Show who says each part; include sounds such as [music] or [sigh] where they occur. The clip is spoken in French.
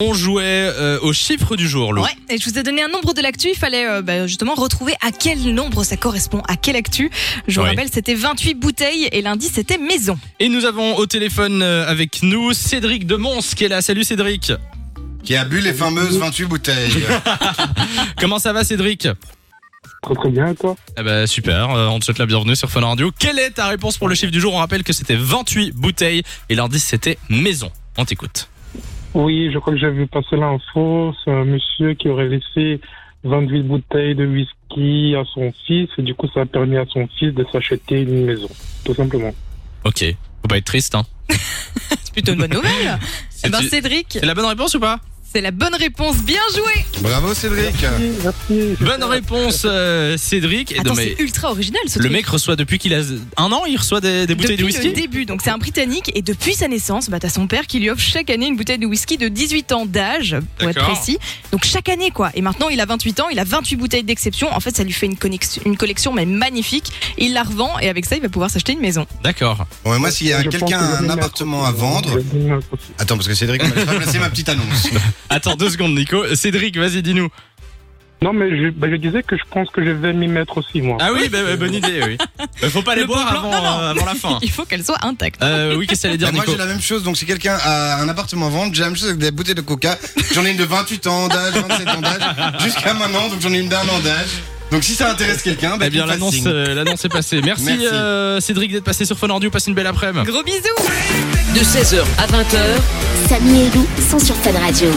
Speaker 1: On jouait euh, au chiffre du jour, Lou.
Speaker 2: Ouais, et je vous ai donné un nombre de l'actu. Il fallait euh, bah, justement retrouver à quel nombre ça correspond, à quelle actu. Je vous
Speaker 1: Ouais.
Speaker 2: rappelle, c'était 28 bouteilles et lundi, c'était maison.
Speaker 1: Et nous avons au téléphone euh, avec nous Cédric de Mons qui est là. Salut Cédric.
Speaker 3: qui a bu les fameuses 28
Speaker 4: [laughs]
Speaker 3: bouteilles.
Speaker 1: Comment ça va Cédric
Speaker 4: Très très bien, toi
Speaker 1: Eh ben super, euh, on te souhaite la bienvenue sur Fun Radio. Quelle est ta réponse pour le chiffre du jour On rappelle que c'était 28 bouteilles et l'indice c'était maison. On t'écoute.
Speaker 4: Oui, je crois que j'avais passé l'info. C'est un monsieur qui aurait laissé 28 bouteilles de whisky à son fils. Et du coup, ça a permis à son fils de s'acheter une maison, tout simplement.
Speaker 1: Ok, faut pas être triste. Hein.
Speaker 2: C'est plutôt une
Speaker 1: [laughs]
Speaker 2: bonne nouvelle. Eh ben, Cédric,
Speaker 1: C'est la bonne réponse ou pas
Speaker 2: c'est la bonne réponse. Bien joué.
Speaker 3: Bravo Cédric.
Speaker 4: Merci, merci.
Speaker 3: Ben
Speaker 1: Bonne réponse euh, Cédric. Et non,
Speaker 2: Attends,
Speaker 1: mais
Speaker 2: c'est ultra original ce
Speaker 1: le
Speaker 2: truc.
Speaker 1: mec reçoit depuis qu'il a un an, il reçoit des, des bouteilles
Speaker 2: depuis
Speaker 1: de whisky
Speaker 2: le début, donc c'est un Britannique et depuis sa naissance, bah, t'as son père qui lui offre chaque année une bouteille de whisky de 18 ans d'âge, pour être
Speaker 1: D'accord.
Speaker 2: précis. Donc chaque année quoi. Et maintenant il a 28 ans, il a 28 bouteilles d'exception. En fait ça lui fait une, connexion- une collection mais magnifique. Il la revend et avec ça il va pouvoir s'acheter une maison.
Speaker 1: D'accord.
Speaker 3: Bon, et moi, s'il y a
Speaker 4: Je pense
Speaker 3: quelqu'un
Speaker 4: que
Speaker 3: a
Speaker 4: je vais
Speaker 3: un
Speaker 4: me
Speaker 3: appartement à
Speaker 4: mettre-
Speaker 3: vendre.
Speaker 4: je vais me mettre aussi.
Speaker 3: Attends, parce que Cédric m'a placé ma petite
Speaker 4: [laughs]
Speaker 3: annonce.
Speaker 1: Attends deux secondes Nico. Cédric, vas-y dis-nous.
Speaker 4: Non, mais je, bah, je disais que je pense que je vais m'y mettre aussi, moi.
Speaker 1: Ah oui, bah, bah, bonne idée, oui. Bah, faut pas les
Speaker 2: Le bon
Speaker 1: boire
Speaker 2: plan-
Speaker 1: avant,
Speaker 2: non, non.
Speaker 1: euh, avant la fin.
Speaker 2: Il faut qu'elle soit intacte.
Speaker 1: Euh, oui, qu'est-ce que ça allait
Speaker 3: Et
Speaker 1: dire,
Speaker 3: Bah, moi,
Speaker 1: Nico
Speaker 3: j'ai la même chose. Donc, si quelqu'un a un appartement à vendre, j'ai la même chose avec des bouteilles de coca. J'en ai une de 28 ans d'âge, 27 ans d'âge, jusqu'à maintenant. Donc, j'en ai une d'un an d'âge. Donc, si ça intéresse quelqu'un, bah,
Speaker 1: Eh bien,
Speaker 3: qu'il me fasse
Speaker 1: l'annonce
Speaker 3: signe.
Speaker 1: euh, l'annonce est passée. Merci,
Speaker 3: Merci.
Speaker 1: euh, Cédric, d'être passé sur Fun Radio. Passe une belle après-midi.
Speaker 2: Gros bisous
Speaker 5: de 16h à 20h.
Speaker 6: Samy et Lou sont sur Fun Radio.